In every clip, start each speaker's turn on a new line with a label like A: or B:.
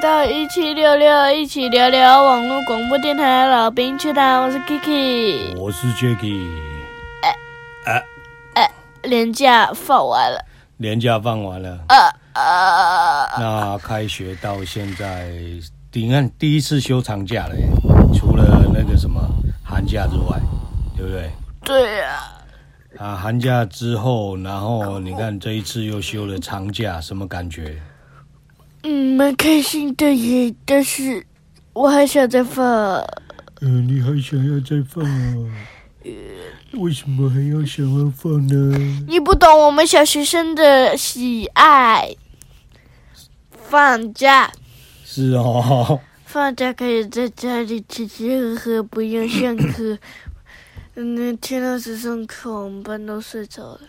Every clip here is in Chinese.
A: 到一七六六，一起聊聊网络广播电台老兵趣谈。我是 Kiki，
B: 我是 Jacky。
A: 年假放完了，
B: 年假放完了，
A: 呃呃，
B: 那开学到现在，你看第一次休长假了耶，除了那个什么寒假之外，对不对？
A: 对呀、
B: 啊，寒假之后，然后你看这一次又休了长假，什么感觉？
A: 嗯，蛮开心的耶，但是我还想再放。
B: 嗯，你还想要再放啊？为什么还要想要放呢？
A: 你不懂我们小学生的喜爱，放假。
B: 是 哦，
A: 放假可以在家里吃吃喝喝，不用上课。 嗯，听到这上课，我们班都睡着了。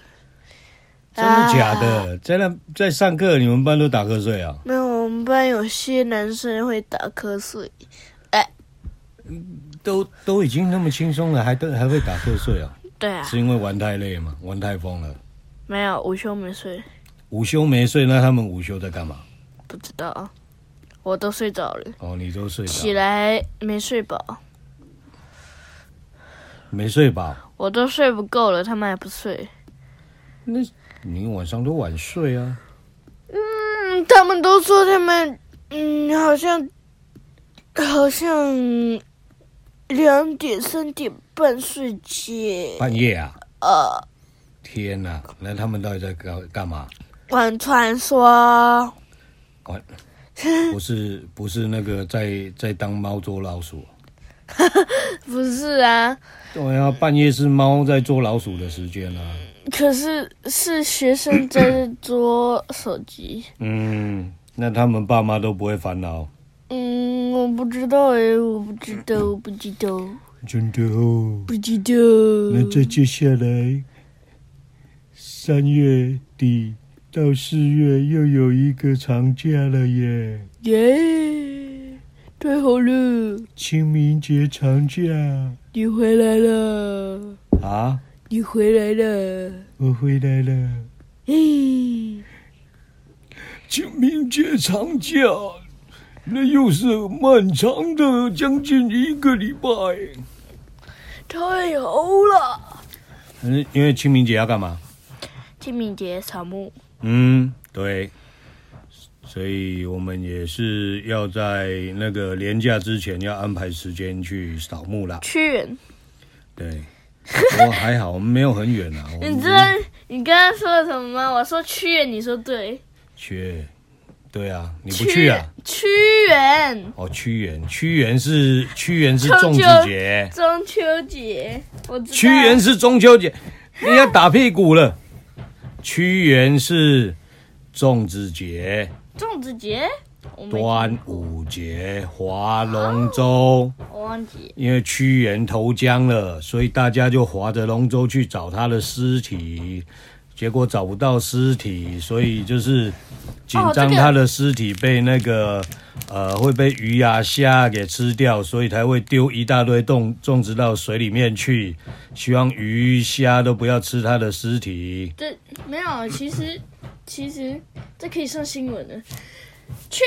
B: 真的假的？
A: 啊
B: 在那在上课，你们班都打瞌睡啊？
A: 没有，我们班有些男生会打瞌睡。
B: 都都已经那么轻松了，还都还会打瞌睡啊？
A: 对啊，
B: 是因为玩太累嘛，玩太疯了。
A: 没有午休没睡，
B: 午休没睡，那他们午休在干嘛？
A: 不知道啊，我都睡着了，
B: 哦，你都睡
A: 起
B: 着，
A: 来没睡饱，
B: 没睡饱，
A: 我都睡不够了，他们还不睡。
B: 那你晚上都晚睡啊？
A: 嗯，他们都说他们，嗯，好像，好像两点三点半睡觉，
B: 半夜啊？
A: 呃，
B: 天哪、那他们到底在干干嘛？
A: 玩传说，
B: 玩不是不是那个在在当猫捉老鼠？
A: 不是啊，
B: 对啊，半夜是猫在捉老鼠的时间啊。
A: 可是是学生在捉手机。
B: 嗯，那他们爸妈都不会烦恼。
A: 嗯，我不知道哎，我不知
B: 嗯
A: 道，我不知道，
B: 真的哦。
A: 不知道。
B: 那在接下来三月底到四月又有一个长假了耶，
A: 耶，太好了，
B: 清明节长假
A: 你回来了，
B: 啊，
A: 你回来了，
B: 我回来了。
A: 嘿。
B: 清明节长假，那又是漫长的将近一个礼拜。
A: 太油了！
B: 嗯，因为清明节要干嘛？
A: 清明节扫墓，
B: 嗯，对，所以我们也是要在那个年假之前要安排时间去扫墓啦。
A: 屈原，
B: 对，不过还好，我们没有很远 啊。我们
A: 你知道你刚刚说了什么吗？我说屈原，你说对，
B: 去，对啊，你不
A: 屈
B: 去啊？
A: 屈原，
B: 哦，屈原，屈原是屈原是
A: 中
B: 粽
A: 秋
B: 子节，
A: 中秋节，我知道。
B: 屈原是中秋节，你要打屁股了。 屈原是粽子节、
A: 粽子节，我没
B: 端午节、划龙舟。
A: 我忘记。
B: 因为屈原投江了，所以大家就划着龙舟去找他的尸体，结果找不到尸体，所以就是紧
A: 哦这
B: 张
A: 个
B: 他的尸体被那个、呃会被鱼啊虾给吃掉，所以才会丢一大堆粽粽子到水里面去，希望鱼虾都不要吃他的尸体。
A: 这没有，其实其实这可以上新闻的。屈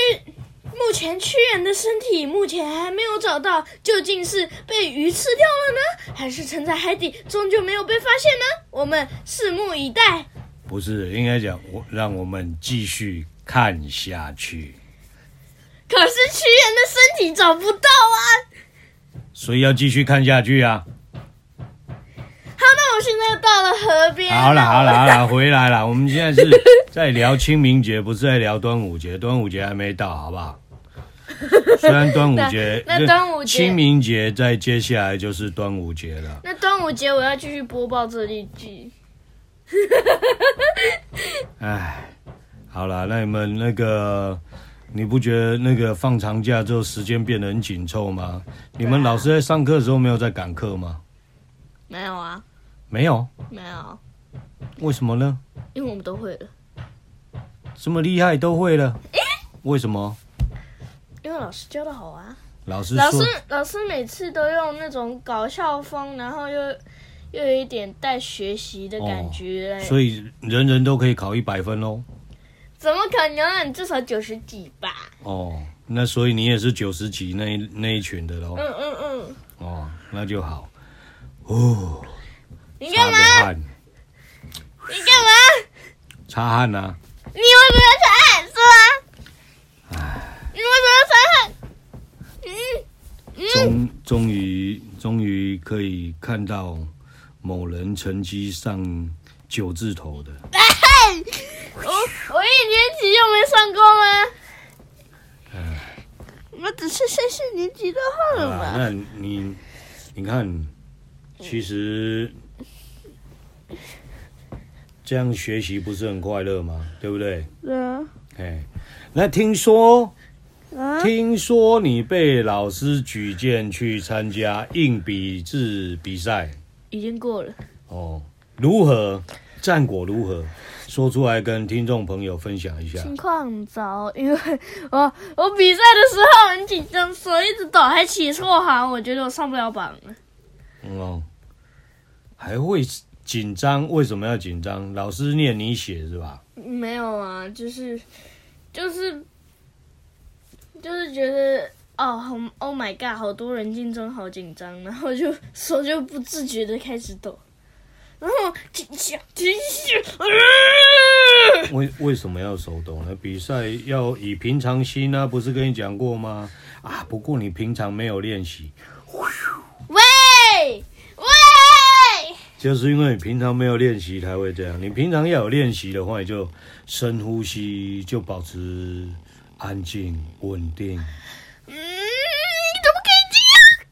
A: 目前屈原的身体目前还没有找到，究竟是被鱼吃掉了呢，还是沉在海底终究没有被发现呢？我们拭目以待。
B: 不是应该讲我让我们继续看下去，
A: 可是屈原的身体找不到啊！
B: 所以要继续看下去啊！
A: 好，那我现在到了河边。
B: 好了
A: 那我
B: 好了好了，回来了。我们现在是在聊清明节，不是在聊端午节。 端午节还没到，好不 好？虽然端午节，
A: 那那端午节
B: 清明节在接下来就是端午节了。
A: 那端午节我要继续播报这一句。
B: 唉，好了，那你们那个，你不觉得那个放长假之后时间变得很紧凑吗？你们老师在上课的时候没有在赶课吗？
A: 没有啊，
B: 没有，
A: 没有，
B: 为什么呢？
A: 因为我们都会了，
B: 这么厉害都会了，为什么？
A: 因为老师教的好啊。
B: 老师
A: 老
B: 说
A: 师老师每次都用那种搞笑风，然后又又有一点带学习的感觉、
B: 哦所以人人都可以考一百分喽。
A: 怎么可能？你至少九十几吧？
B: 哦，那所以你也是九十级那一那一群的喽。
A: 嗯嗯嗯，
B: 哦，那就好。哦，
A: 你
B: 擦
A: 干
B: 个
A: 嘛？
B: 汗，
A: 你干嘛？
B: 擦汗啊。
A: 你为什么要擦汗是吗？你为什么要擦汗？嗯，
B: 终终于终于可以看到某人成绩上九字头的，
A: 我我一年级又没上过吗？我只是三四年级的号了
B: 啊
A: 嘛。
B: 那你你看，其实这样学习不是很快乐吗？对不对？
A: 对啊，
B: 哎，那听说
A: 啊
B: 听说你被老师举荐去参加硬笔字比赛
A: 已经过了。
B: 哦，如何？战果如何？说出来跟听众朋友分享一下。
A: 情况糟，因为 我我比赛的时候很紧张，手一直抖，还起错行，我觉得我上不了榜了。
B: 嗯哦，还会紧张？为什么要紧张？老师念你写是吧？
A: 没有啊，就是就是就是觉得哦，好 Oh my God，好多人竞争，好紧张，然后就 手就不自觉的开始抖，然后停下停下，呃
B: 为为什么要手动呢？比赛要以平常心啊，不是跟你讲过吗？啊，不过你平常没有练习，
A: 喂喂，
B: 就是因为你平常没有练习才会这样。你平常要有练习的话，你就深呼吸，就保持安静稳定，
A: 嗯，你怎么可以这样？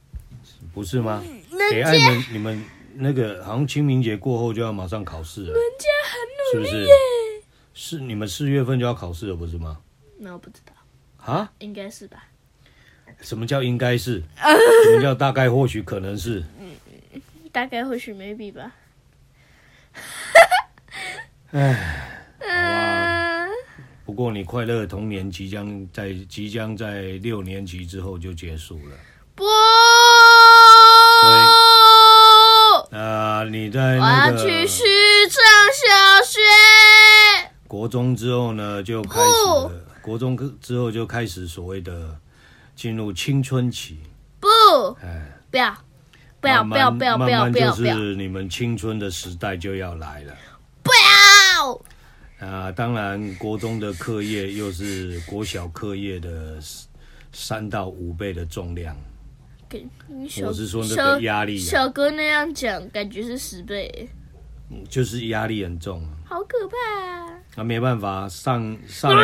B: 嗯不是吗？哎、
A: 人家
B: 啊你们你们那个好像清明节过后就要马上考试了，
A: 人家很努
B: 是不
A: 力
B: 是
A: 耶。？
B: 是你们四月份就要考试了，不是吗？
A: 那我不知道，
B: 啊？
A: 应该是吧？
B: 什么叫应 该是？什么叫大概或许可能是？
A: 大概或许 maybe 吧。唉，
B: 不过你快乐的童年即将在即将在六年级之后就结束了。
A: 不，
B: 呃，你在
A: 我
B: 那
A: 要去
B: 个
A: 去上小学。
B: 国中之后呢，就开始
A: 哦
B: 了国中之后就开始所谓的进入青春期。
A: 不，
B: 哎，
A: 不要，不要，不要，不要，
B: 慢慢
A: 不要，
B: 慢慢
A: 不要，
B: 就
A: 不要，
B: 是你们青春的时代就要来了。
A: 不要。
B: 啊，当然，国中的课业又是国小课业的三到五倍的重量。
A: 给你小
B: 我是说那个压力啊
A: 小小哥那样讲，感觉是十倍，
B: 就是压力很重啊，
A: 好可怕、啊。
B: 啊，没办法，上 上了，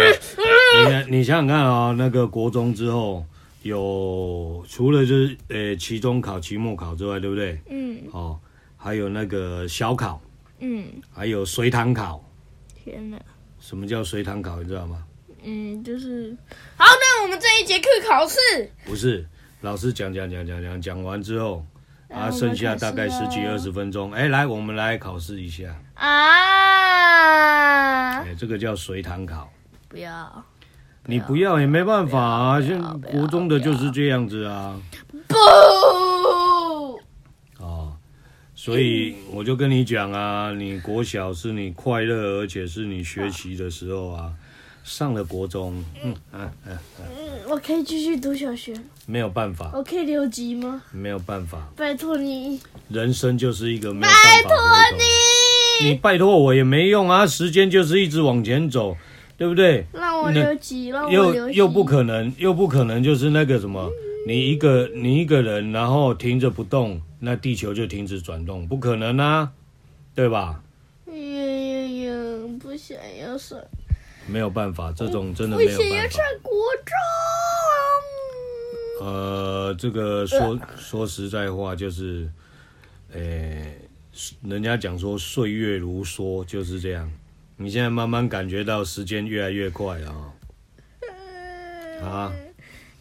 B: 你你想想看哦，那个国中之后有除了就是呃期中考、期末考之外，对不对？
A: 嗯
B: 哦，还有那个小考，
A: 嗯，
B: 还有随堂考。
A: 天哪。
B: 什么叫随堂考？你知道吗？
A: 嗯，就是好，那我们这一节课考试，
B: 不是，老师讲讲讲讲讲讲完之后，
A: 然
B: 啊，
A: 后
B: 剩下
A: 就开
B: 大
A: 始
B: 概十几
A: 了
B: 二十分钟，哎，来，我们来考试一下，
A: 啊！
B: 哎，这个叫随堂考。
A: 不要，
B: 你不要也没办法啊，
A: 不要
B: 像
A: 不要
B: 国中的就是这样子啊，
A: 不，
B: 哦，所以我就跟你讲啊，你国小是你快乐而且是你学习的时候啊，上了国中，嗯啊啊，
A: 嗯，我可以继续读小学吗，
B: 没有办法，
A: 我可以留级吗？
B: 没有办法，
A: 拜托你，
B: 人生就是一个没有办法回头。
A: 你
B: 你拜托我也没用啊，时间就是一直往前走，对不对？
A: 让我留级，让我留
B: 又
A: 级，
B: 又不可能，又不可能，就是那个什么，你一个你一个人，然后停着不动，那地球就停止转动，不可能啊，对吧？
A: 哎呀呀呀，不想要上，
B: 没有办法，这种真的
A: 不
B: 没有
A: 想要
B: 办
A: 上
B: 法。
A: 国中，
B: 呃，这个说说实在话，就是，呃，人家讲说岁月如梭，就是这样。你现在慢慢感觉到时间越来越快了啊、
A: 嗯
B: 啊，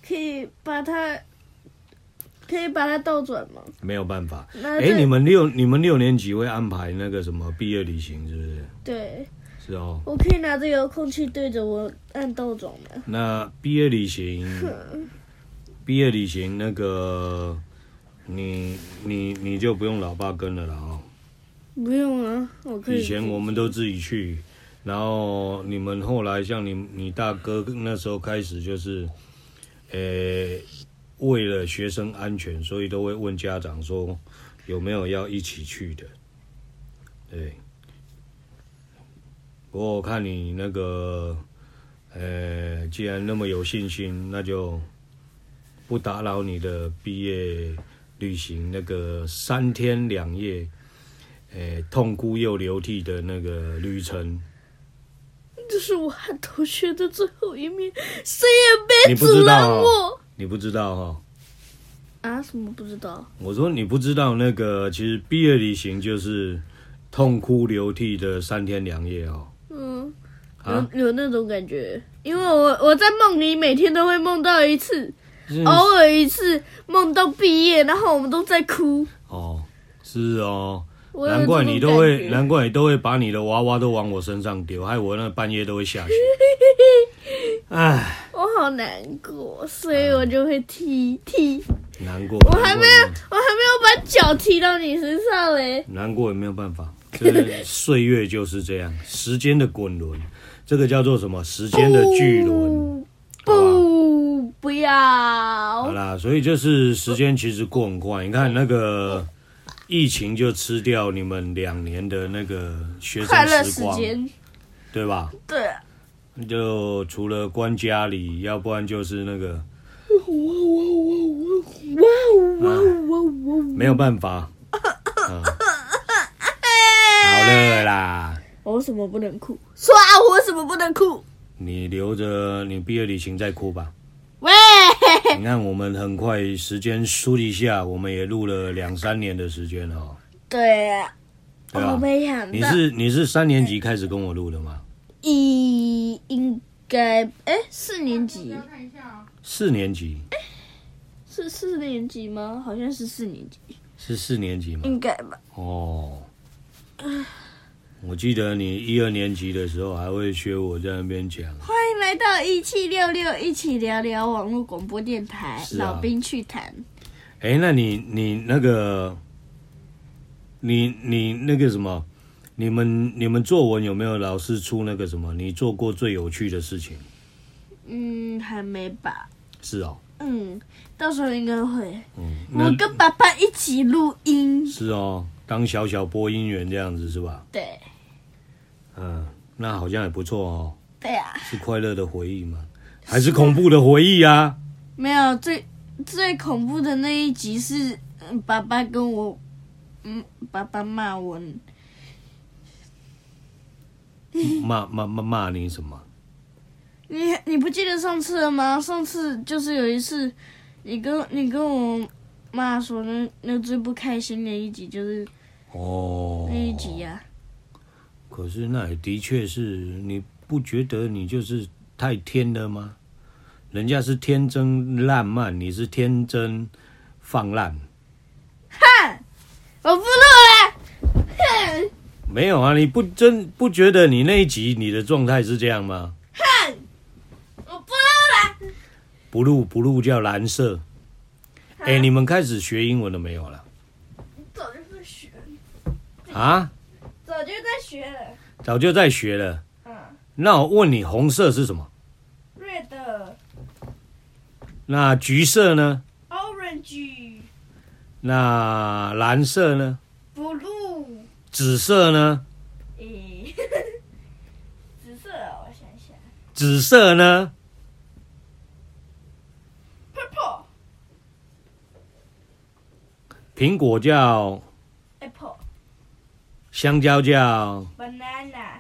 A: 可以把它，可以把它倒转吗？
B: 没有办法。
A: 那
B: 哎、
A: 这
B: 你们六你们六年级会安排那个什么毕业旅行，是不是？
A: 对。
B: 是哦。
A: 我可以拿着遥控器对着我按豆种吗？
B: 那毕业旅行，毕业旅行那个，你你你就不用老爸跟了啦哦。
A: 不用啊，我可以。
B: 以前我们都自己去，然后你们后来像你你大哥那时候开始就是呃，为了学生安全，所以都会问家长说有没有要一起去的。对，不过我看你那个，呃，既然那么有信心，那就不打扰你的毕业旅行那个三天两夜，呃，痛哭又流涕的那个旅程。
A: 这是我和同学的最后一面，谁也别
B: 你不
A: 阻
B: 知
A: 拦
B: 道
A: 我
B: 哦。你不知道哈、
A: 啊！什么不知道？
B: 我说你不知道那个，其实毕业旅行就是痛哭流涕的三天两夜哦。
A: 嗯，
B: 啊，
A: 有有那种感觉，因为我我在梦里每天都会梦到一次，
B: 是
A: 偶尔一次梦到毕业，然后我们都在哭。
B: 哦，是哦，
A: 我有
B: 难怪你
A: 这种感
B: 都会，
A: 觉
B: 难怪你都会把你的娃娃都往我身上丢，害我那半夜都会下雪。 唉，
A: 我好难过，所以我就会踢踢。
B: 啊难过，
A: 我还
B: 难过
A: 没有，我还没有把脚踢到你身上嘞。
B: 难过也没有办法，这岁月就是这样，时间的滚轮，这个叫做什么？时间的巨轮。
A: 不，不，不
B: 好
A: 要。
B: 啦，所以就是时间其实过很快。你看那个疫情就吃掉你们两年的那个学
A: 快乐
B: 生
A: 时
B: 光，
A: 间，
B: 对吧？
A: 对，
B: 就除了关家里，要不然就是那个
A: 哇哦哇哦哇哦哇哦！
B: 没有办 法。嗯好了啦，
A: 我为什么不能哭？说啊，我为什么不能哭？
B: 你留着你毕业旅行再 哭吧。
A: 喂，
B: 你看，我们很快时间梳理一下，我们也录了两三年的时间了哦，
A: 对啊，
B: 对
A: 我
B: 吧？
A: 没想
B: 你
A: 到，
B: 是你是三年级开始跟我录的吗？
A: 一应该哎四年级
B: 四年级
A: 是四年级吗？好像是四年级，
B: 是四年级吗？
A: 应该吧。
B: 哦，我记得你一二年级的时候还会学我在那边讲，
A: 欢迎来到一七六六，一起聊聊网络广播电台，
B: 是啊
A: 老兵趣谈。
B: 哎、那你你那个，你你那个什么，你们你们作文有没有老师出那个什么？你做过最有趣的事情
A: 嗯，还没吧？
B: 是哦，
A: 嗯，到时候应该会。
B: 嗯，那
A: 我跟爸爸一起录音。
B: 是哦，当小小播音员这样子是吧？
A: 对，
B: 嗯，那好像也不错哦，
A: 对啊，
B: 是快乐的回忆吗？还是恐怖的回忆啊？
A: 没有最最恐怖的那一集是，嗯，爸爸跟我，嗯，爸爸骂我，
B: 骂骂骂骂你什么？
A: 你你不记得上次了吗？上次就是有一次，你跟你跟我妈说那那最不开心的一集就是
B: 哦，
A: 那一集啊呀、
B: 可是那也的确是，你不觉得你就是太天了吗？人家是天真烂漫，你是天真放烂。
A: 我不录了，哼，
B: 没有啊，你不真不觉得你那一集你的状态是这样吗？
A: 我不录了。
B: 不录不录叫蓝色。哎、你们开始学英文了没有了？
A: 早就在学，
B: 啊，
A: 早就在学了。
B: 早就在学了。
A: 嗯
B: 那我问你，红色是什么？
A: ，red、
B: 那橘色呢？
A: orange、
B: 那蓝色呢？
A: blue，
B: 紫色呢？
A: 诶、 紫色，啊我想想
B: 紫色呢？
A: ，purple、
B: 苹果叫
A: apple、
B: 香蕉叫，
A: banana、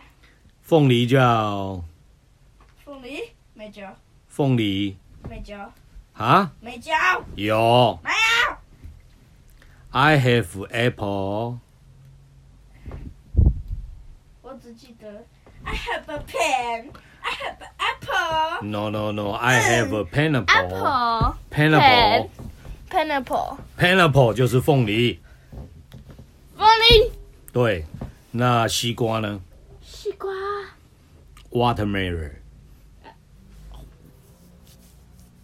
B: 凤梨叫
A: 凤梨、美酒、
B: 凤梨
A: 美酒、
B: 啊，
A: 美酒。
B: 有
A: 没有。
B: I have apple，
A: 我只记得 I have a pen, I have an apple,
B: no no no I have a pineapple
A: apple,
B: pineapple
A: pineapple.
B: pineapple 就是凤梨，
A: 风铃，
B: 对，那西瓜呢
A: 西瓜，
B: watermelon，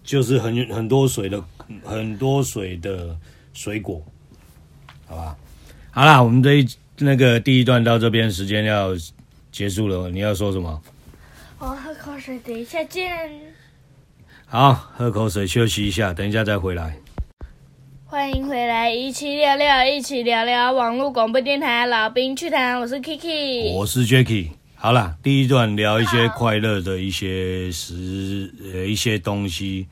B: 就是很很多水的很多水的水果，好吧，好啦，我们这一那个第一段到这边时间要结束了，你要说什么？
A: 我喝口水，等一下见。
B: 好，喝口水休息一下，等一下再回来。
A: 欢迎回来，一七六六，一起聊聊网络广播电台老兵趣谈，我是 Kiki，
B: 我是 Jacky。好啦，第一段聊一些快乐的一些时呃一些东西，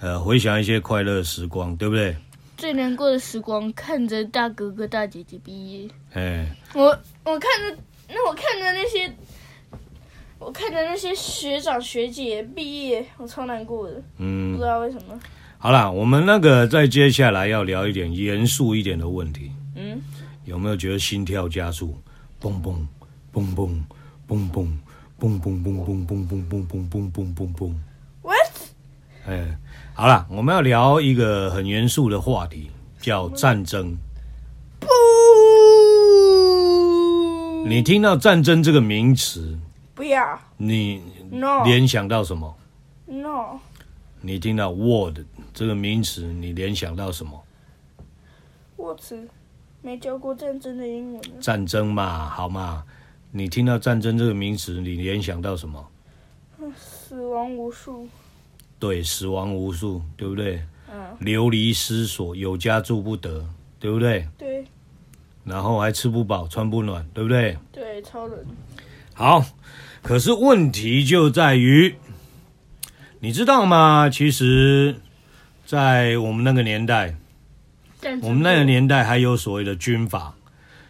B: 呃，回想一些快乐时光，对不对？
A: 最难过的时光，看着大哥哥大姐姐毕业，
B: 哎，
A: 我我看着那我看着那些，我看着那些学长学姐毕业，我超难过的，不
B: 嗯
A: 知，道为什么。
B: 好啦，我们那个再接下来要聊一点严肃一点的问题，
A: 嗯，
B: 有没有觉得心跳加速？嘣嘣嘣嘣嘣嘣嘣嘣嘣嘣嘣嘣嘣嘣嘣嘣嘣嘣。
A: What？
B: 哎，好啦，我们要聊一个很严肃的话题，叫战争。
A: 不，
B: 你听到战争这个名词，
A: 不要
B: 你
A: ，no
B: 联想到什么？
A: no，
B: 你听到 “word” 这个名词，你联想到什么？
A: 我吃，没教过战争的英文呢，
B: 战争嘛，好嘛。你听到战争这个名词，你联想到什么？
A: 死亡无数，
B: 对，死亡无数，对不对？
A: 嗯，
B: 流离失所，有家住不得，对不对？
A: 对
B: 然后还吃不饱，穿不暖，对不对？
A: 对，超人，
B: 好，可是问题就在于，你知道吗？其实，在我们那个年代，
A: 战争
B: 我们那个年代还有所谓的军阀。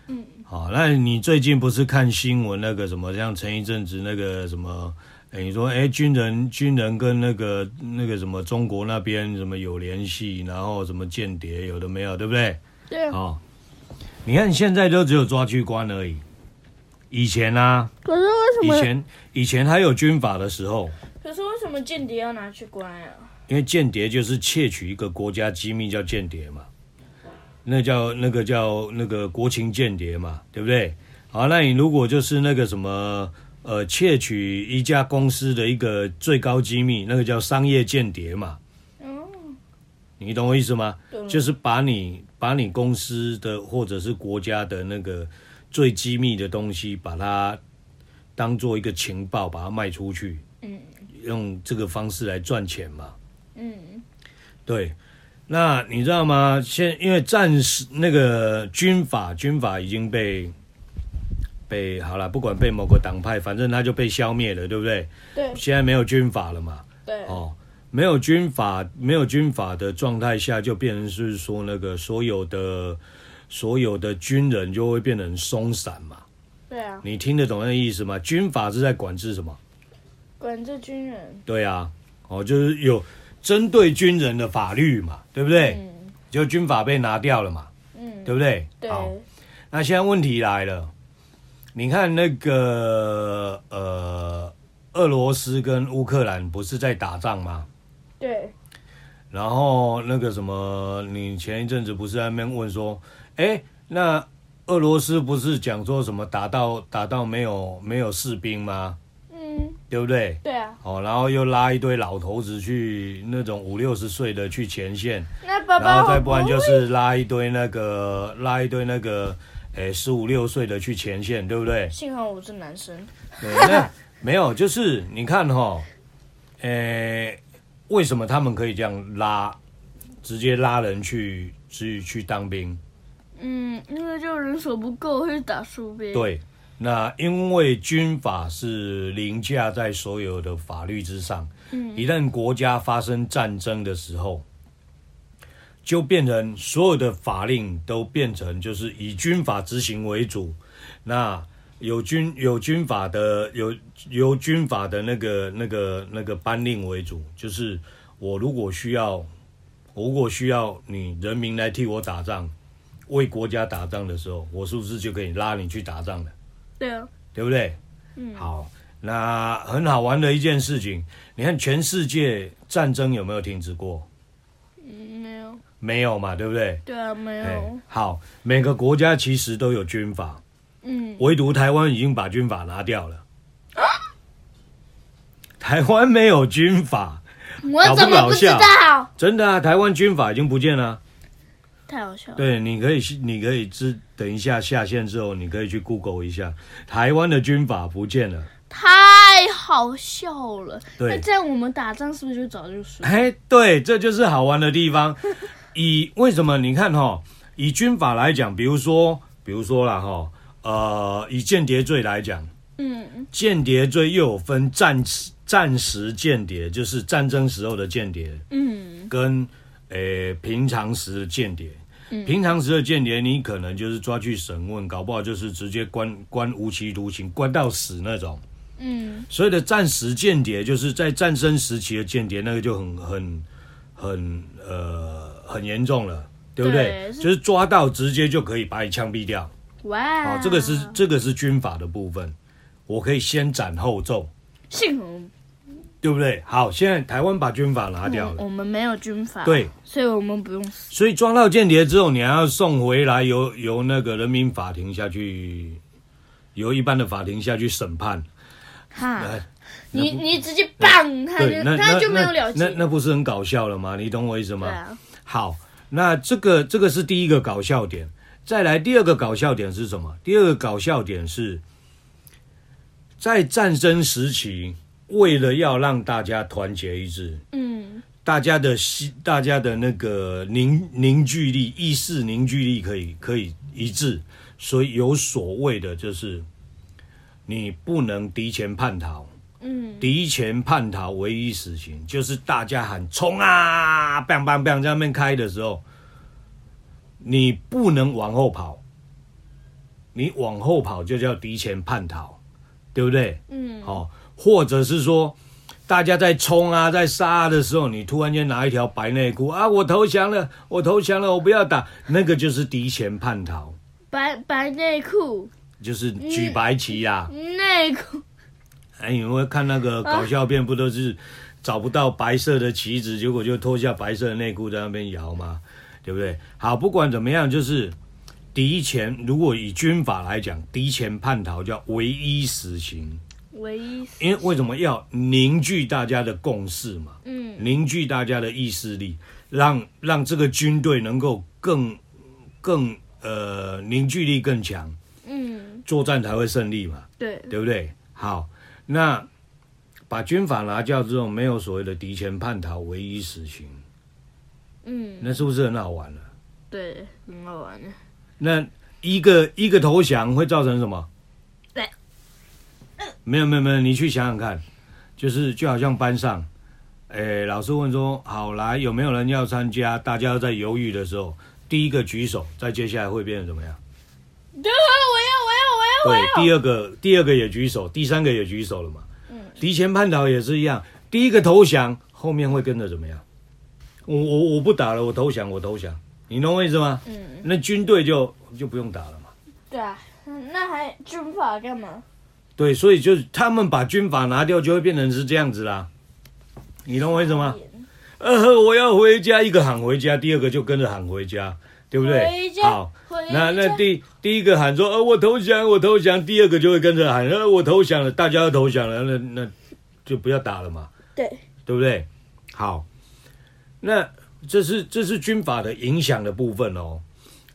A: 嗯，
B: 好，那你最近不是看新闻那个什么，像前一阵子那个什么，哎，你说哎，军人军人跟那个那个什么中国那边什么有联系，然后什么间谍有的没有，对不对？
A: 对啊，
B: 哦，你看现在都只有抓去关而已，以前啊，
A: 可是为什
B: 以
A: 么？
B: 前以前还有军法的时候，
A: 可是为什么间谍要拿去关啊？
B: 因为间谍就是窃取一个国家机密叫间谍嘛，那叫那个叫那个国情间谍嘛，对不对？好，那你如果就是那个什么呃，窃取一家公司的一个最高机密，那个叫商业间谍嘛，
A: 嗯，
B: 你懂我意思吗？
A: 懂了
B: 就是把你把你公司的或者是国家的那个最机密的东西，把它当做一个情报，把它卖出去，
A: 嗯
B: 用这个方式来赚钱嘛。
A: 嗯，
B: 对，那你知道吗？现因为战时那个军法，军法已经被被好了，不管被某个党派，反正它就被消灭了，对不对？
A: 对
B: 现在没有军法了嘛，
A: 对，
B: 哦，没有军法，没有军法的状态下，就变成是说那个所有的所有的军人就会变得很松散嘛。
A: 对啊，
B: 你听得懂那意思吗？军法是在管制什么？
A: 管制军人，
B: 对啊，哦，就是有针对军人的法律嘛，对不对？
A: 嗯
B: 就军法被拿掉了嘛，
A: 嗯，
B: 对不对？
A: 对，
B: 好，那现在问题来了，你看那个呃，俄罗斯跟乌克兰不是在打仗吗？
A: 对，
B: 然后那个什么，你前一阵子不是在那边问说，哎，那俄罗斯不是讲说什么打到打到没有没有士兵吗？
A: 嗯，
B: 对不对？
A: 对啊。
B: 哦，然后又拉一堆老头子去那种五六十岁的去前线，
A: 那爸爸，？
B: 然后再不然就是拉一堆那个拉一堆那个，诶十五六岁的去前线，对不对
A: 幸好我是男生，
B: 对，那没有，就是你看哈、诶，为什么他们可以这样拉，直接拉人去去去当兵？
A: 嗯，因为就人手不够，会打输呗。，
B: 对，那因为军法是凌驾在所有的法律之上，
A: 嗯
B: 一旦国家发生战争的时候，就变成所有的法令都变成就是以军法执行为主，那。有军有军法的有由军法的那个那个那个颁令为主，就是我如果需要，我如果需要你人民来替我打仗，为国家打仗的时候，我是不是就可以拉你去打仗了？
A: 对啊，
B: 对不对？
A: 嗯
B: 好，那很好玩的一件事情，你看全世界战争有没有停止过？
A: 嗯，没有，
B: 没有嘛，对不对？
A: 对啊，没
B: 哎
A: 有，
B: 好，每个国家其实都有军法，
A: 嗯，
B: 唯独台湾已经把军法拿掉了。台湾没有军法，
A: 我怎么不知
B: 搞不
A: 道？
B: 真的啊，台湾军法已经不见了。啊
A: 太好笑了。
B: 对，你可以去，你可以之等一下下线之后，你可以去 Google 一下，台湾的军法不见了。
A: 太太好笑了。
B: 对
A: 那这样我们打仗是不是就早就输？
B: 哎，对，这就是好玩的地方。以为什么？你看哈、以军法来讲，比如说，比如说啦哈、呃，以间谍罪来讲，
A: 嗯，
B: 间谍罪又有分战战时间谍，就是战争时候的间谍，
A: 嗯，
B: 跟诶、平常时的间谍。平常时的间谍，你可能就是抓去审问，搞不好就是直接关关无期徒刑，关到死那种。
A: 嗯，
B: 所谓的战时间谍，就是在战争时期的间谍，那个就很很很呃很严重了，对不对？
A: 对是
B: 就是抓到直接就可以把你枪毙掉。
A: 哇，
B: 好、这个是这个是军法的部分，我可以先斩后奏，
A: 幸好我
B: 对不对？好，现在台湾把军法拿掉了，
A: 我们没有军阀，
B: 对，
A: 所以我们不用死。
B: 所以抓到间谍之后，你还要送回来由由那个人民法庭下去，由一般的法庭下去审判。
A: 哈
B: 哎，
A: 你你直接棒，他
B: 对，
A: 就
B: 那
A: 他
B: 那
A: 就没有了
B: 那
A: 结
B: 那，那不是很搞笑了吗？你懂我意思吗？
A: 对啊，
B: 好，那这个这个是第一个搞笑点。再来第二个搞笑点是什么？第二个搞笑点是，在战争时期，为了要让大家团结一致，
A: 嗯，
B: 大家的心，大家的那个凝凝聚力、意识凝聚力可以可以一致，所以有所谓的就是，你不能敌前叛逃，
A: 嗯，
B: 敌前叛逃唯一死刑就是大家喊冲啊，bang bang bang 在那边开的时候，你不能往后跑，你往后跑就叫敌前叛逃，对不对？
A: 嗯，
B: 好、或者是说大家在冲啊，在杀啊的时候，你突然间拿一条白内裤啊，我投降了，我投降了，我不要打，那个就是敌前叛逃，
A: 白白内裤
B: 就是举白旗啊。
A: 内裤，
B: 哎，你会看那个搞笑片，不都是找不到白色的旗子，结果就脱下白色的内裤在那边摇吗？对不对？好，不管怎么样，就是敌前，如果以军法来讲，敌前叛逃叫唯一死刑，
A: 唯一
B: 因为为什么要凝聚大家的共识嘛？
A: 嗯，
B: 凝聚大家的意识力，让让这个军队能够更更呃凝聚力更强，
A: 嗯，
B: 作战才会胜利嘛。
A: 对，
B: 对不对？好，那把军法拿掉之后，没有所谓的敌前叛逃唯一死刑，
A: 嗯，
B: 那是不是很好玩了？
A: 对，很好玩的。
B: 那一个一个投降会造成什么？嗯
A: 对，
B: 没有没有没有，你去想想看，就是就好像班上，诶，老师问说，好来有没有人要参加？大家在犹豫的时候，第一个举手，再接下来会变成怎么样？
A: 对啊，我要，我要，我要，我要。
B: 对，第二个第二个也举手，第三个也举手了嘛。
A: 嗯
B: 敌前叛逃也是一样，第一个投降，后面会跟着怎么样？我我我不打了，我投降，我投降，你懂我意思吗？
A: 嗯，
B: 那军队就就不用打了嘛。
A: 对啊，那还军法干嘛？
B: 对，所以就是他们把军法拿掉，就会变成是这样子啦。你懂我意思吗？呃，我要回家，一个喊回家，第二个就跟着喊回家，对不对？
A: 回家
B: 好，
A: 回
B: 那那
A: 家
B: 第第一个喊说，呃，我投降，我投降，第二个就会跟着喊，呃，我投降了，大家都投降了，那那就不要打了嘛，
A: 对，
B: 对不对？好，那这是这是军法的影响的部分哦。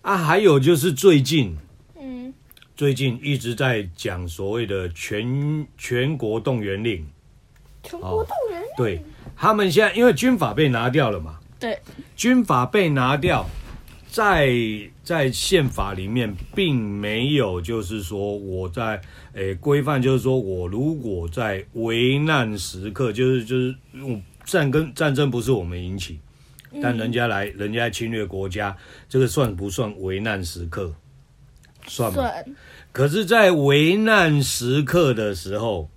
B: 啊，还有就是最近
A: 嗯
B: 最近一直在讲所谓的全全国动员令，，哦
A: 全国动员。
B: 对他们现在因为军法被拿掉了嘛，
A: 对，
B: 军法被拿掉，在在宪法里面并没有，就是说我在诶规范，就是说我如果在危难时刻，就是就是我战跟战争不是我们引起，但人家来人家侵略国家，这个算不算危难时刻？算吗？
A: 算
B: 可是，在危难时刻的时候，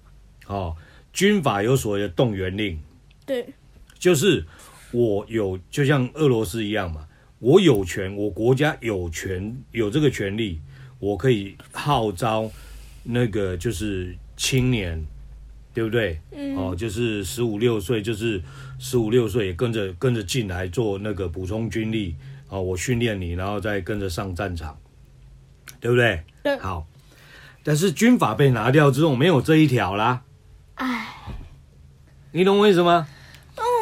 B: 哦，军法有所谓的动员令，
A: 对，
B: 就是我有，就像俄罗斯一样嘛，我有权，我国家有权有这个权利，我可以号召那个就是青年，对不对？
A: 嗯
B: 哦，就是十五六岁，就是十五六岁也跟着跟着进来做那个补充军力，哦，我训练你，然后再跟着上战场，对不对？
A: 对
B: 好，但是军法被拿掉之后，没有这一条啦。
A: 唉，
B: 你懂我意思吗？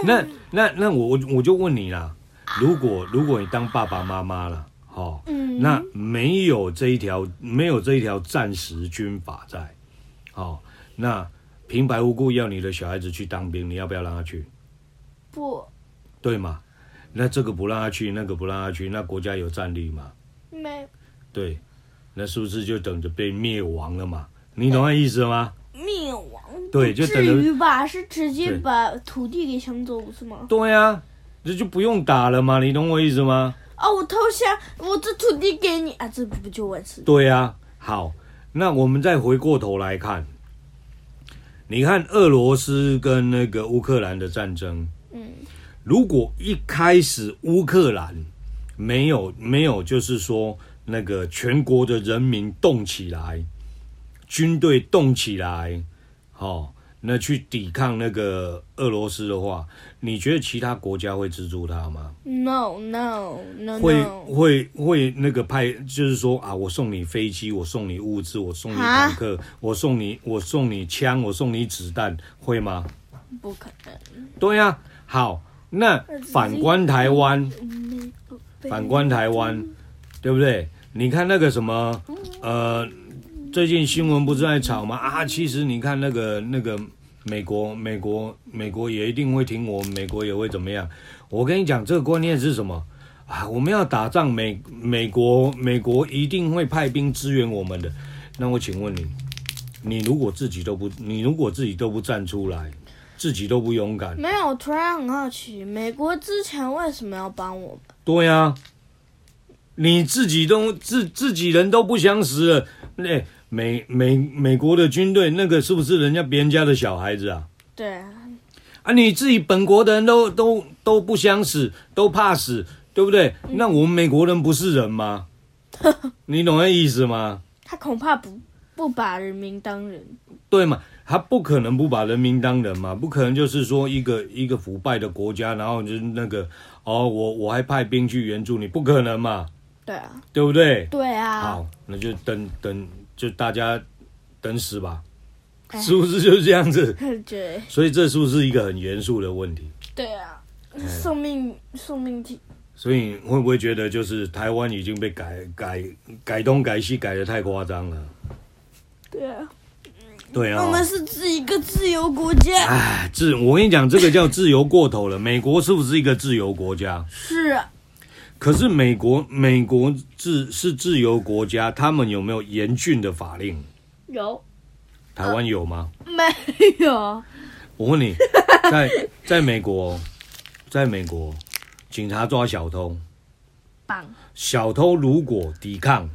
B: 那那那我我我就问你啦，如果如果你当爸爸妈妈了，哦，
A: 嗯
B: 那没有这一条没有这一条暂时军法在，哦，那平白无故要你的小孩子去当兵，你要不要让他去？
A: 不，
B: 对嘛？那这个不让他去，那个不让他去，那国家有战力嘛？
A: 没
B: 对，那是不是就等着被灭亡了嘛？你懂我意思吗？
A: 灭亡。
B: 对，就等
A: 至
B: 着
A: 于吧，是直接
B: 对
A: 把土地给抢走，不是吗？
B: 对啊，这就不用打了嘛？你懂我意思吗？
A: 啊，我投降，我这土地给你啊，这不就完事？
B: 对啊，好，那我们再回过头来看，你看俄罗斯跟那个乌克兰的战争，
A: 嗯，
B: 如果一开始乌克兰没有没有，就是说那个全国的人民动起来，军队动起来，哦，那去抵抗那个俄罗斯的话，你觉得其他国家会资助他吗？
A: No no no
B: 会
A: no！
B: 会会那个派，就是说啊，我送你飞机，我送你物资，我送你
A: 啊
B: 坦克，我送你我送你枪，我送你子弹，会吗？
A: 不可能。
B: 对呀、好，那反观台湾，反观台湾，对不对？你看那个什么，呃，最近新闻不是在吵吗？啊，其实你看那个那个美国，美国，美国也一定会听我们，美国也会怎么样？我跟你讲，这个观念是什么？啊，我们要打仗，美美国美国一定会派兵支援我们的。那我请问你，你如果自己都不，你如果自己都不站出来，自己都不勇敢，
A: 没有，我突然很好奇，美国之前为什么要帮我们？
B: 对呀、你自己都自自己人都不想死了，那、美美美国的军队那个是不是人家别人家的小孩子啊？
A: 对啊，
B: 啊，你自己本国的人都都都不想死，都怕死，对不对？那我们美国人不是人吗？你懂那意思吗？
A: 他恐怕不不把人民当人。
B: 对嘛？他不可能不把人民当人嘛，不可能就是说一个一个腐败的国家，然后就是那个哦，我我还派兵去援助你，不可能嘛，
A: 对啊，
B: 对不对？
A: 对啊，
B: 好，那就等等，就大家等死吧，
A: 哎
B: 是不是就是这样子？
A: 对
B: 所以这是不是一个很严肃的问题？
A: 对啊，
B: 哎
A: 送命送命题。
B: 所以你会不会觉得就是台湾已经被改改改东改西改的太夸张了？
A: 对啊，
B: 对啊、
A: 我们是自一个自由国家。
B: 哎，自我跟你讲，这个叫自由过头了。美国是不是一个自由国家？
A: 是啊，
B: 可是美国美国自是自由国家，他们有没有严峻的法令？
A: 有
B: 台湾有吗？
A: 没有？
B: 我问你， 在在美国，在美国，警察抓小偷，
A: 棒！
B: 小偷如果抵抗，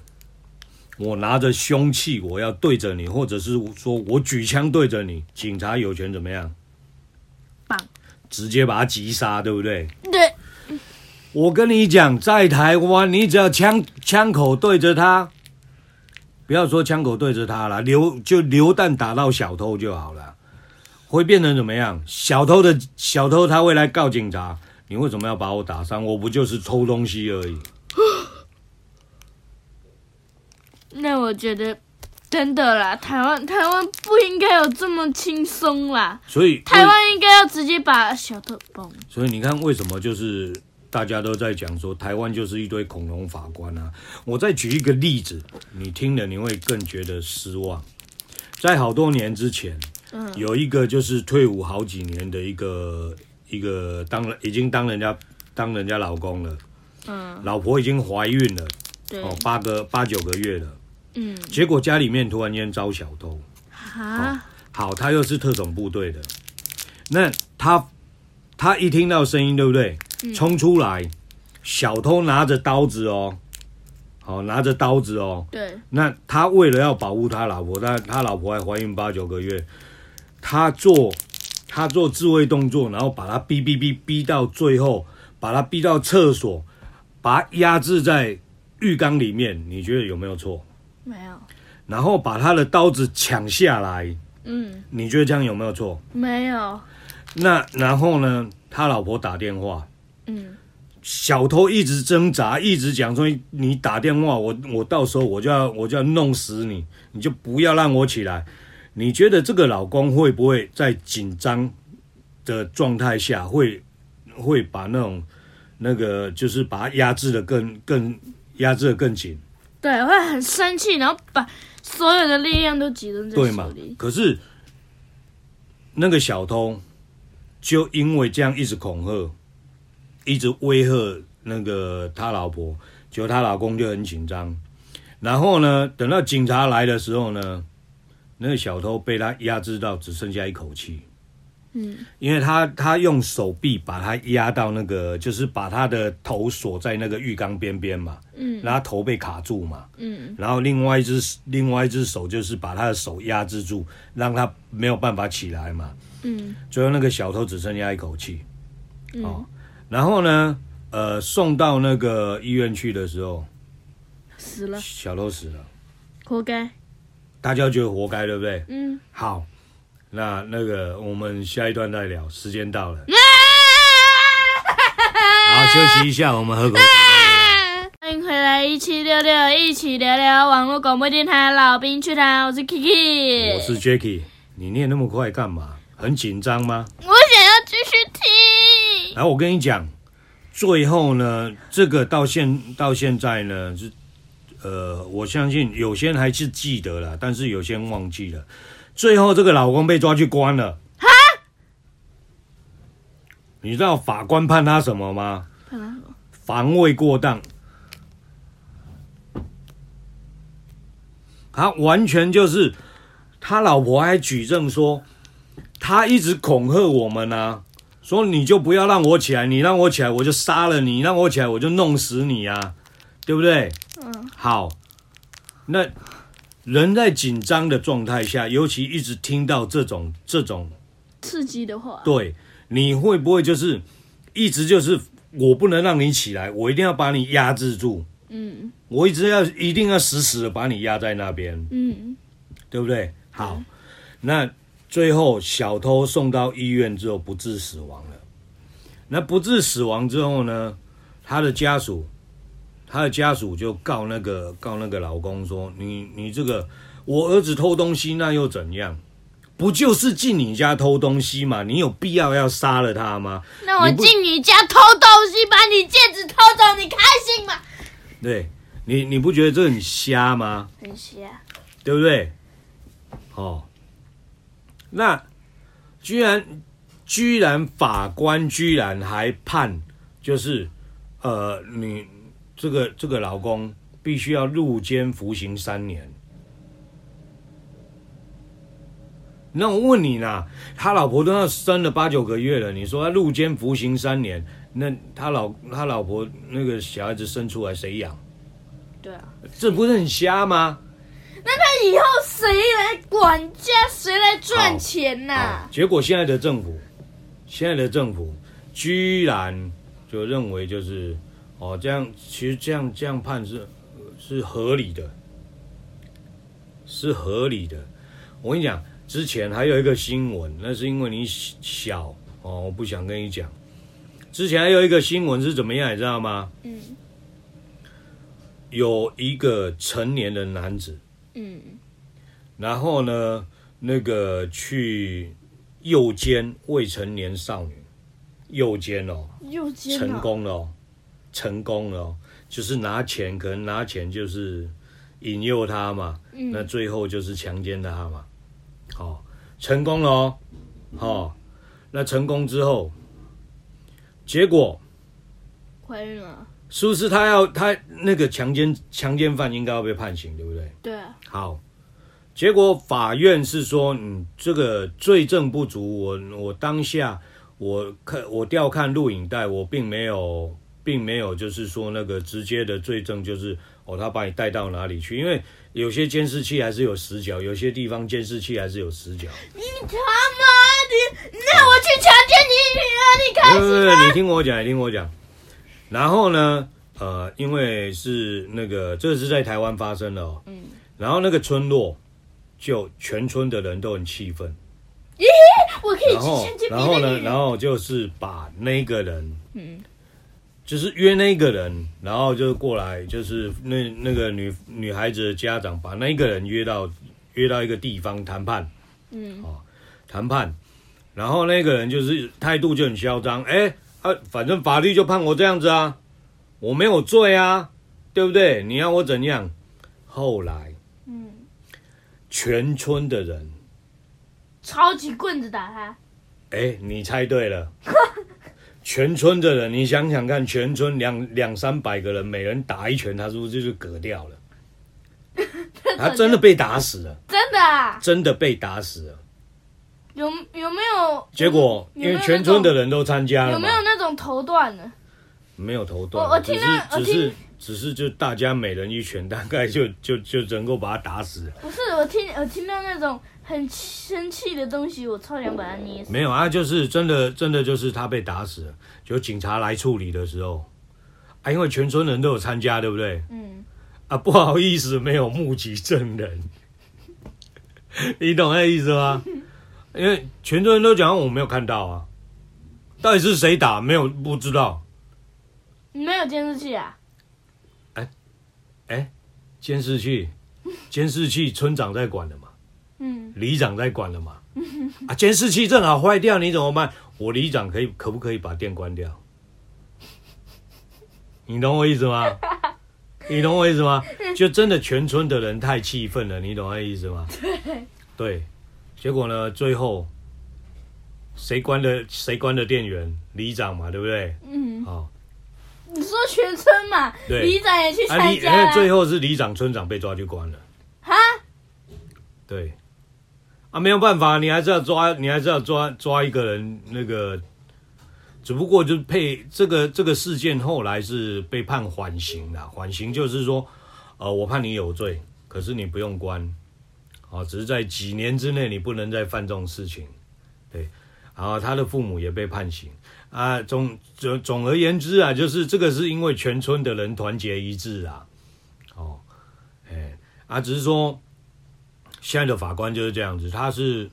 B: 我拿着凶器，我要对着你，或者是说我举枪对着你，警察有权怎么样？
A: 棒！
B: 直接把他击杀，对不对？
A: 对，
B: 我跟你讲，在台湾，你只要枪枪口对着他，不要说枪口对着他了，流就流弹打到小偷就好了，会变成怎么样？小偷的小偷他会来告警察，你为什么要把我打伤？我不就是偷东西而已。
A: 那我觉得真的啦，台湾台湾不应该有这么轻松啦。
B: 所以
A: 台湾应该要直接把小偷崩。
B: 所以你看，为什么就是大家都在讲说台湾就是一堆恐龙法官啊？我再举一个例子，你听了你会更觉得失望。在好多年之前，
A: 嗯
B: 有一个就是退伍好几年的一个一个当了已经当人家当人家老公了，
A: 嗯，
B: 老婆已经怀孕了
A: 对，
B: 哦，八个八九个月了，
A: 嗯，
B: 结果家里面突然间招小偷，
A: 哈，
B: 好，他又是特种部队的，那他他一听到声音，对不对？冲出来，小偷拿着刀子哦，好、拿着刀子哦。
A: 对，
B: 那他为了要保护他老婆，他他老婆还怀孕八九个月，他做他做自卫动作，然后把他逼逼逼逼到最后，把他逼到厕所，把他压制在浴缸里面，你觉得有没有错？
A: 没有，
B: 然后把他的刀子抢下来，
A: 嗯，
B: 你觉得这样有没有错？
A: 没有，
B: 那然后呢？他老婆打电话，
A: 嗯，
B: 小偷一直挣扎，一直讲说你打电话，我我到时候我就要我就要弄死你，你就不要让我起来。你觉得这个老公会不会在紧张的状态下会会把那种那个就是把他压制的更更压制的更紧，
A: 对，会很生气，然后把所有的力量都集中在
B: 对
A: 手
B: 吗
A: 里？。
B: 可是那个小偷就因为这样一直恐吓，一直威吓那个他老婆，结果他老公就很紧张。然后呢，等到警察来的时候呢，那个小偷被他压制到只剩下一口气。嗯，因为他他用手臂把他压到那个，就是把他的头锁在那个浴缸边边嘛。嗯，然后头被卡住嘛。嗯，然后另外一只另外一只手就是把他的手压制住，让他没有办法起来嘛。
A: 嗯
B: 最后那个小偷只剩下一口气。哦
A: 嗯，
B: 然后呢，呃，送到那个医院去的时候，
A: 死了，
B: 小偷死了，
A: 活该。
B: 大家觉得活该，对不对？
A: 嗯，
B: 好，那那个我们下一段再聊，时间到
A: 哎
B: 了，好，休息一下，我们喝口水。
A: 欢迎回来，一七六六，一起聊聊网络广播电台老兵趣谈，我是 Kiki，
B: 我是 Jacky，你念那么快干嘛？很紧张吗？
A: 我想要继续听。
B: 然后我跟你讲，最后呢，这个到现到现在呢，是呃，我相信有些人还是记得了，但是有些人忘记了。最后这个老公被抓去关了。你知道法官判他什么吗？
A: 看来我
B: 防卫过当。他完全就是他老婆还举证说，他一直恐吓我们啊，说你就不要让我起来，你让我起来我就杀了你，你让我起来我就弄死你啊，对不对？
A: 嗯，
B: 好，那人在紧张的状态下，尤其一直听到这种这种
A: 刺激的话，
B: 对，你会不会就是一直就是我不能让你起来，我一定要把你压制住，
A: 嗯
B: 我一直要一定要死死的把你压在那边，
A: 嗯
B: 对不对？好，那最后小偷送到医院之后不治死亡了。那不治死亡之后呢，他的家属，他的家属就告那个告那个老公说，你你这个我儿子偷东西那又怎样？不就是进你家偷东西嘛？你有必要要杀了他吗？
A: 那我
B: 你不
A: 进你家偷东西，把你戒指偷走，你开心吗？
B: 对你你不觉得这很瞎吗？
A: 很瞎，
B: 对不对？哦，那居然居然法官居然还判，就是呃，你这个这个老公必须要入监服刑三年。那我问你啦，他老婆都要生了八九个月了，你说他入监服刑三年，那他老他老婆那个小孩子生出来谁养？
A: 对啊。
B: 这不是很瞎吗？
A: 那他以后谁来管家？谁来赚钱呐、
B: 啊，结果现在的政府，现在的政府居然就认为就是哦，这样其实这样这样判是呃是合理的，是合理的。我跟你讲，之前还有一个新闻，那是因为你小哦，我不想跟你讲。之前还有一个新闻是怎么样，你知道吗？
A: 嗯
B: 有一个成年的男子，
A: 嗯
B: 然后呢，那个去诱奸未成年少女，诱奸哦，，
A: 又接
B: 成功了哦，成功了哦，就是拿钱，可能拿钱就是引诱她嘛，那
A: 嗯
B: 最后就是强奸她嘛，好、哦，成功了哦，好、哦，那成功之后，结果
A: 怀孕了，
B: 是不是他要他那个强奸强奸犯应该要被判刑，对不对？
A: 对啊，
B: 好，结果法院是说，嗯，这个罪证不足，我我当下我看我调看录影带，我并没有，并没有就是说那个直接的罪证就是哦，他把你带到哪里去？因为有些监视器还是有死角，有些地方监视器还是有死角。
A: 你他妈的，那我去强奸你女儿，你开
B: 不
A: 心
B: 不
A: 吗？
B: 不，你听我讲，你听我讲。然后呢，呃，因为是那个，这是在台湾发生的哦。嗯。然后那个村落，就全村的人都很气愤。
A: 我可以
B: 然后
A: 去强奸别，
B: 然后
A: 的
B: 呢，
A: 女人
B: 然后就是把那个人，
A: 嗯
B: 就是约那个人，然后就过来，就是那那个女女孩子的家长把那个人约到约到一个地方谈判哦
A: 嗯
B: 谈判，然后那个人就是态度就很嚣张，哎啊，反正法律就判我这样子啊，我没有罪啊，对不对？你要我怎样？后来
A: 嗯，
B: 全村的人
A: 超级棍子打他。
B: 哎，你猜对了。全村的人，你想想看，全村两两三百个人，每人打一拳，他是不是就嗝掉 了？他真的被打死了，
A: 真的啊？
B: 真的被打死了。
A: 有有没有？
B: 结果
A: 有
B: 因
A: 没有
B: 为全村的人都参加
A: 有
B: 了
A: 没
B: 嘛，
A: 有那种头段的？
B: 没有头
A: 我我
B: 断，只
A: 听
B: 是
A: 到
B: 只
A: 我听
B: 是只是就大家每人一拳，大概就就就能够把他打死。
A: 不是，我听我听到那种很生气的东西，我超想把它捏死。
B: 没有啊，就是真的，真的就是他被打死了。就警察来处理的时候，啊，因为全村人都有参加，对不对？
A: 嗯，
B: 啊，不好意思，没有目击证人， 你懂那意思吗？因为全村人都讲我没有看到啊，到底是谁打没有不知道。
A: 你没有监视器啊？
B: 监视器，监视器村长在管的嘛，
A: 嗯，
B: 里长在管的嘛。啊，监视器正好坏掉，你怎么办？我里长可以可不可以把电关掉？你懂我意思吗？你懂我意思吗？就真的全村的人太气愤了，你懂我意思吗？对，结果呢，最后谁关的谁关的电源？里长嘛，对不对？哦
A: 嗯，
B: 好、
A: 你说全村嘛，
B: 对
A: 里长也去
B: 啊，
A: 参
B: 里
A: 加
B: 那最
A: 了。
B: 后是里长、村长被抓去关了。
A: 哈？
B: 对，啊，没有办法，你还是要抓，你还是要抓抓一个人。那个，只不过就是配这个这个事件后来是被判缓刑啦。缓刑就是说，呃，我判你有罪，可是你不用关，啊，只是在几年之内你不能再犯这种事情。对，然后他的父母也被判刑。啊，总总总而言之啊，就是这个是因为全村的人团结一致啊，哦，哎，啊，只是说现在的法官就是这样子，他是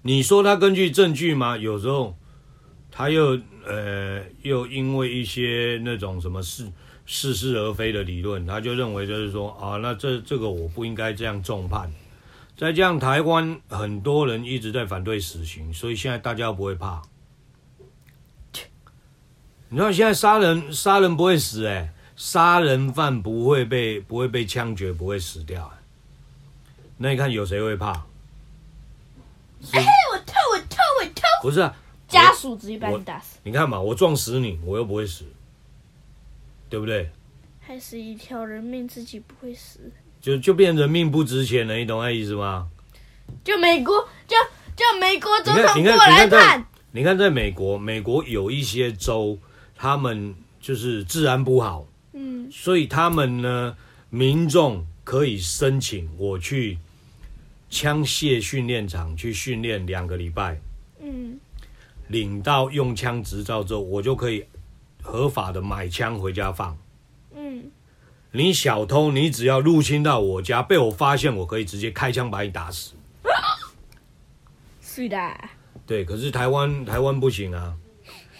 B: 你说他根据证据吗？有时候他又呃又因为一些那种什么事似是而非的理论，他就认为就是说啊，那这这个我不应该这样重判。再加上台湾很多人一直在反对死刑，所以现在大家不会怕。你知道现在杀人杀人不会死哎、杀人犯不会被不会被枪决，不会死掉、欸。那你看有谁会怕？
A: 哎，我痛，我痛，我痛！
B: 不是啊，
A: 家属直接把你打死，
B: 你看嘛，我撞死你，我又不会死，对不对？
A: 害死一条人命，自己不会死。
B: 就就变人命不值钱了，你懂那意思吗？
A: 就美国，就就美国总统过
B: 你看你
A: 来
B: 看你看
A: 判，
B: 你看，在美国，美国有一些州，他们就是治安不好，
A: 嗯，
B: 所以他们呢，民众可以申请我去枪械训练场去训练两个礼拜，
A: 嗯，
B: 领到用枪执照之后，我就可以合法的买枪回家放。
A: 嗯，
B: 你小偷，你只要入侵到我家，被我发现，我可以直接开枪把你打死。
A: 是的，
B: 对，可是台湾台湾不行啊，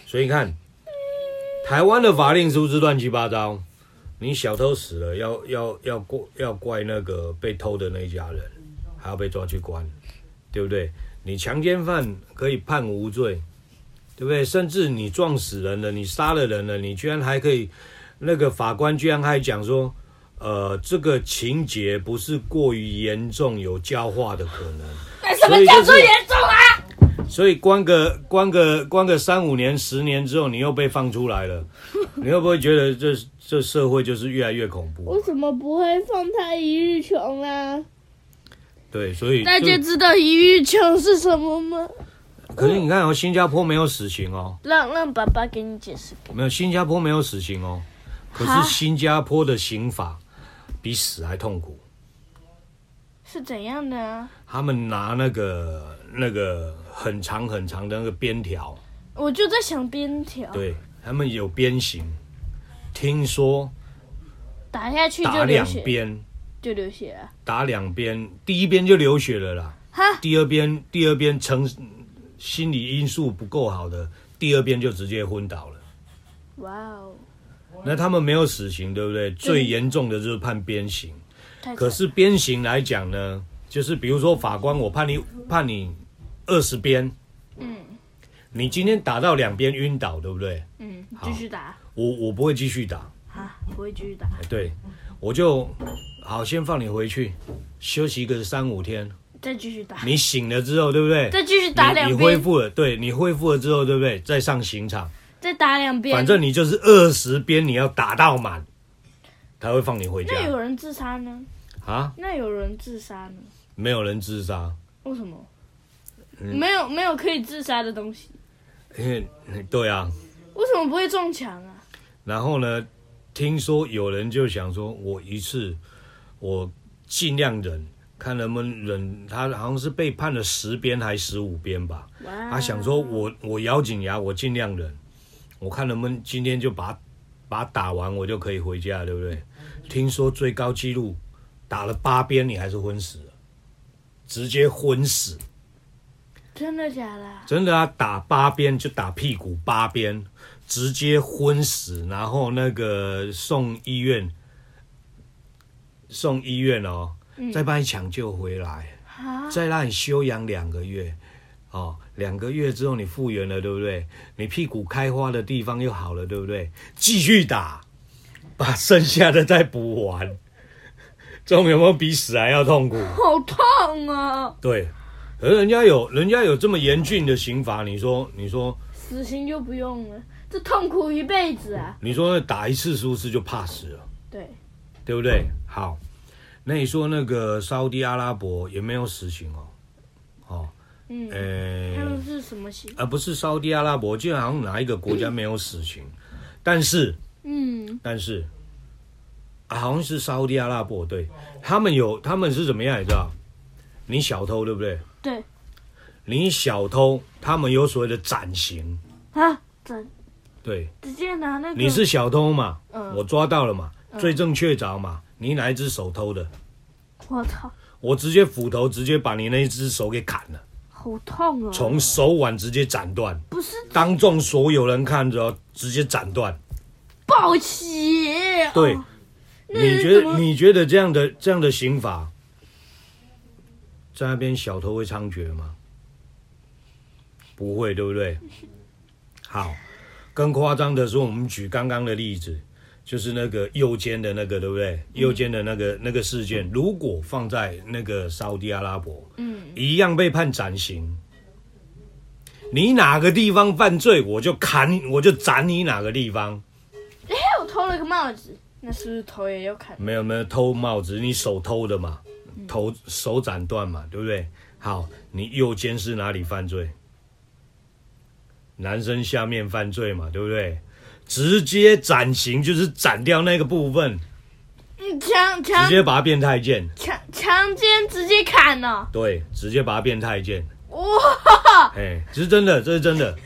B: 所以你看，台湾的法令是不是乱七八糟？你小偷死了，要要要怪要怪那个被偷的那一家人，还要被抓去关，对不对？你强奸犯可以判无罪，对不对？甚至你撞死人了，你杀了人了，你居然还可以，那个法官居然还讲说，呃，这个情节不是过于严重，有教化的可能。
A: 那什么
B: 所以就
A: 叫
B: 是
A: 做严重啊？
B: 所以关个关个关个三五年、十年之后，你又被放出 来了，你会不会觉得这这社会就是越来越恐怖？
A: 怎么不会放他一日穷啊？
B: 对，所以
A: 大家
B: 就
A: 知道一日穷是什么吗？
B: 可是你看哦，新加坡没有死刑哦，
A: 让让爸爸给你解释。
B: 没有新加坡没有死刑哦，可
A: 哈
B: 是新加坡的刑法比死还痛苦，
A: 是怎样的啊？
B: 他们拿那个那个很长很长的那个鞭条，
A: 我就在想边条，
B: 对他们有鞭刑，听说
A: 打下去就
B: 打
A: 流
B: 两
A: 血，
B: 鞭，
A: 就流血了。
B: 打两鞭，第一鞭就流血了啦。
A: 哈，
B: 第二边第二边成心理因素不够好的，第二边就直接昏倒了。
A: 哇哦，
B: 那他们没有死刑，对不对？最严重的就是判鞭刑。
A: 太
B: 可是鞭刑来讲呢，就是比如说法官，我判你判你二十鞭，
A: 嗯
B: 你今天打到两边晕倒，对不对？
A: 嗯，
B: 好
A: 继续打
B: 我我不会继续打，
A: 哈，不会继续打。
B: 对，我就好先放你回去休息个三五天，
A: 再继续打，
B: 你醒了之后，对不对？
A: 再继续打
B: 你
A: 两
B: 你恢
A: 遍，
B: 复了，对你恢复了之后，对不对？再上刑场，
A: 再打两遍。
B: 反正你就是二十鞭，你要打到满，才会放你回家
A: 那有人自杀呢？
B: 啊！
A: 那有人自杀呢？
B: 没有人自杀，
A: 为什么？
B: 嗯
A: 没有没有可以自杀的东西，
B: 因为对啊。
A: 为什么不会撞墙啊？
B: 然后呢，听说有人就想说，我一次我尽量忍，看能不能忍。他好像是被判了十鞭还十五鞭吧。
A: 哇！
B: 他啊想说我我咬紧牙，我尽量忍，我看能不能今天就把它把它打完，我就可以回家，对不对？听说最高纪录打了八鞭，你还是昏死了，直接昏死。
A: 真的假的啊？
B: 真的啊，打八鞭就打屁股八鞭，直接昏死，然后那个送医院，送医院哦，再把你抢救回来，
A: 啊
B: 再让你休养两个月，哦，两个月之后你复原了，对不对？你屁股开花的地方又好了，对不对？继续打，把剩下的再补完， 这种有没有比死还要痛苦？
A: 好痛啊！
B: 对，可是人家有人家有这么严峻的刑罚，你说你说
A: 死刑就不用了，这痛苦一辈子啊！
B: 你说打一次输是就怕死了，
A: 对，
B: 对不对？好，那你说那个沙烏地阿拉伯也没有死刑哦，哦，
A: 嗯，他
B: 呃
A: 们，是什么刑？
B: 而不是沙烏地阿拉伯，竟然好像哪一个国家没有死刑，但是
A: 嗯，
B: 但是、啊、好像是沙烏地阿拉伯，对他们有他们是怎么样，你知道？你小偷对不对？
A: 对
B: 你小偷，他们有所谓的斩刑，
A: 啊，直
B: 对。
A: 直接拿那个
B: 你是小偷嘛？
A: 嗯
B: 我抓到了嘛？罪证确凿嘛？你哪一只手偷的？
A: 我操，
B: 我直接斧头直接把你那一只手给砍了，
A: 好痛哦！
B: 从手腕直接斩断，
A: 不是
B: 当众所有人看着哦，直接斩断。
A: 暴起，
B: 对，
A: 哦那
B: 你
A: 人
B: 觉
A: 怎
B: 得
A: 么
B: 你觉得这样的这样的刑法，在那边小偷会猖獗吗？不会，对 不对？好，更夸张的是，我们举刚刚的例子，就是那个右肩的那个，对不
A: 嗯
B: 对？右肩的那个那个事件，如果放在那个沙烏地阿拉伯，嗯，一样被判斩刑。你哪个地方犯罪，我就砍，我就斩你哪个地方。
A: 我偷了个帽子，那是不是头也要砍？
B: 没有没有偷帽子，你手偷的嘛，头手斩断嘛，对不对？好，你右肩是哪里犯罪？男生下面犯罪嘛，对不对？直接斩刑就是斩掉那个部分，
A: 嗯，强
B: 直
A: 强
B: 接把它变太监，
A: 强强奸直接砍啊了，
B: 对，直接把它变太监，
A: 哇！
B: 哎，这是真的，这是真 的，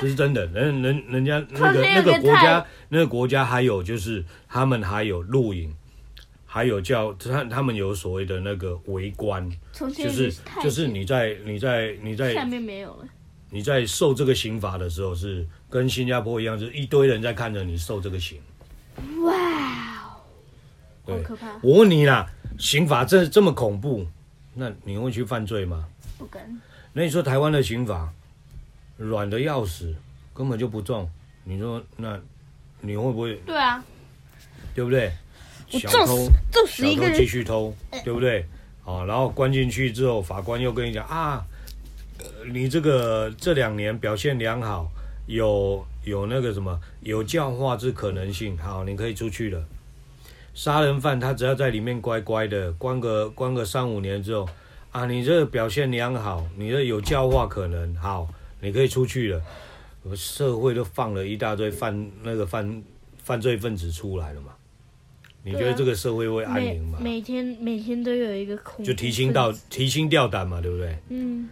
B: 这是真的。人人人家那个
A: 突然
B: 那
A: 有个
B: 个国
A: 太
B: 家，那个国家还有就是他们还有录影，还有叫他他们有所谓的那个围观，
A: 从前
B: 就
A: 有
B: 是
A: 个太
B: 就是你在你在你
A: 下
B: 在
A: 面没有了，
B: 你在受这个刑罚的时候，是跟新加坡一样，就是一堆人在看着你受这个刑。
A: 哇哦，好
B: 对
A: 可怕，
B: 我问你啦，刑法这这么恐怖，那你会去犯罪吗？
A: 不敢。
B: 那你说台湾的刑法软的要死，根本就不重，你说那你会不会
A: 对啊，
B: 对不对？
A: 我
B: 小
A: 揍
B: 偷
A: 死揍死
B: 小
A: 一个
B: 偷继
A: 人，呃
B: 续偷，对不对？好，然后关进去之后，法官又跟你讲啊，呃你这个这两年表现良好，有有那个什么有教化之可能性，好，你可以出去了。杀人犯他只要在里面乖乖的，关个关个三五年之后，啊，你这个表现良好，你这有教化可能，好，你可以出去了。社会都放了一大堆犯那个犯犯罪分子出来了嘛，你觉
A: 对
B: 得
A: 啊
B: 这个社会会安
A: 每
B: 宁吗？
A: 每天每天都有一个恐怖
B: 就提心吊
A: 分子，
B: 提心吊胆嘛，对不对？
A: 嗯，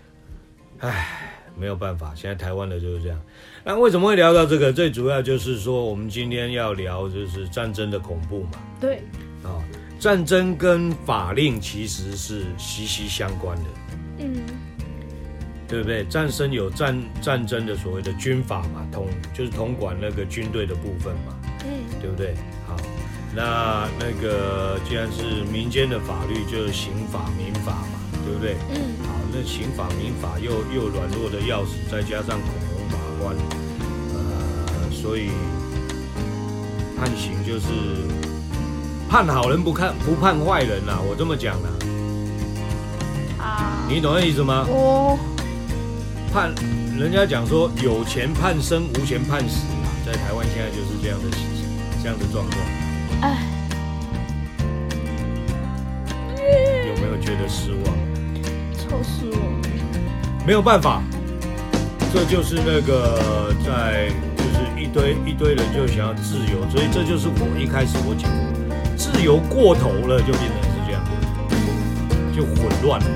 B: 没有办法，现在台湾的就是这样。那为什么会聊到这个？最主要就是说，我们今天要聊就是战争的恐怖嘛，
A: 对，
B: 啊、战争跟法令其实是息息相关的，
A: 嗯，
B: 对不对？战争有战战争的所谓的军法嘛，统就是统管那个军队的部分嘛，
A: 嗯，
B: 对不对？好，那那个既然是民间的法律，就是刑法、民法嘛，对不对？
A: 嗯，
B: 好，那刑法、民法又又软弱的要死，再加上恐龙法官，呃，所以判刑就是判好人不看不判坏人啦、我这么讲啦、
A: 啊，
B: 你懂那意思吗？
A: 哦，
B: 判，人家讲说有钱判生，无钱判死嘛，在台湾现在就是这样的这样的状况，
A: 哎，
B: 有没有觉得失望？
A: 臭死我！
B: 没有办法，这就是那个在就是一堆一堆人就想要自由，所以这就是我一开始我讲的，自由过头了就变成是这样，就混乱了，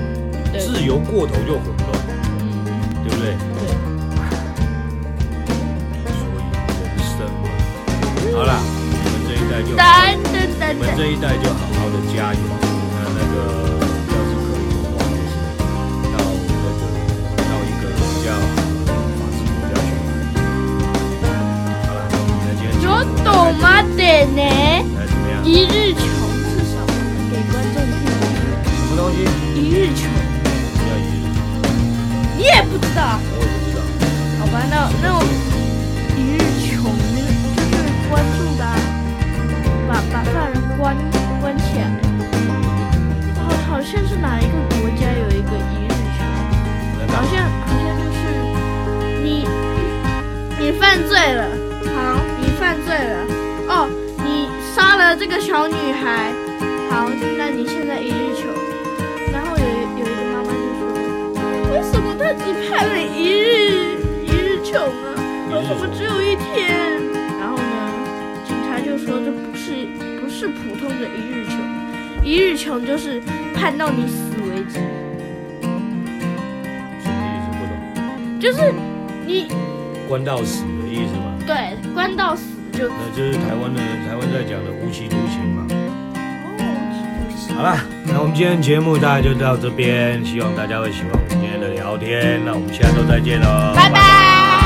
A: 对，
B: 自由过头就混乱，
A: 嗯，
B: 对不对？
A: 对，
B: 所以人生嘛，好啦，你们这一代就好
A: 噔噔噔
B: 你们
A: 噔，
B: 这一代就好好的加油。那那个要是可以的话，就是到那个到一个比较法治国家去。好了，那今天节目
A: 有懂吗？点呢？
B: 哎，怎么样？
A: 一日穷，至少我们给观众听
B: 什么东西？
A: 一日穷，
B: 要一日，
A: 你也不知道啊。
B: 我也不知道。
A: 好吧，那那我们一日穷那个就是关注吧，把把犯人关关起来。好，好像是哪一个国家有一个一日穷，好
B: 那干嘛
A: 像好像就是你你犯罪了，好，你犯罪了，哦，你杀了这个小女孩，好，那你现在一日穷。然后有一有一个妈妈就说。为什么他只判了一日一日穷啊？为什么只有一天？然后呢，警察就说这不是不是普通的一日穷，一日穷就是判到你死为止，
B: 什么意思？不
A: 就是你
B: 懂，关到死的意思吗？
A: 对关到死就。
B: 那就是台湾的台湾在讲的无期徒刑嘛。
A: 哦
B: 好啦，那我们今天节目大概就到这边，希望大家会喜欢我们今天的聊天。那我们下周再见喽，
A: 拜拜。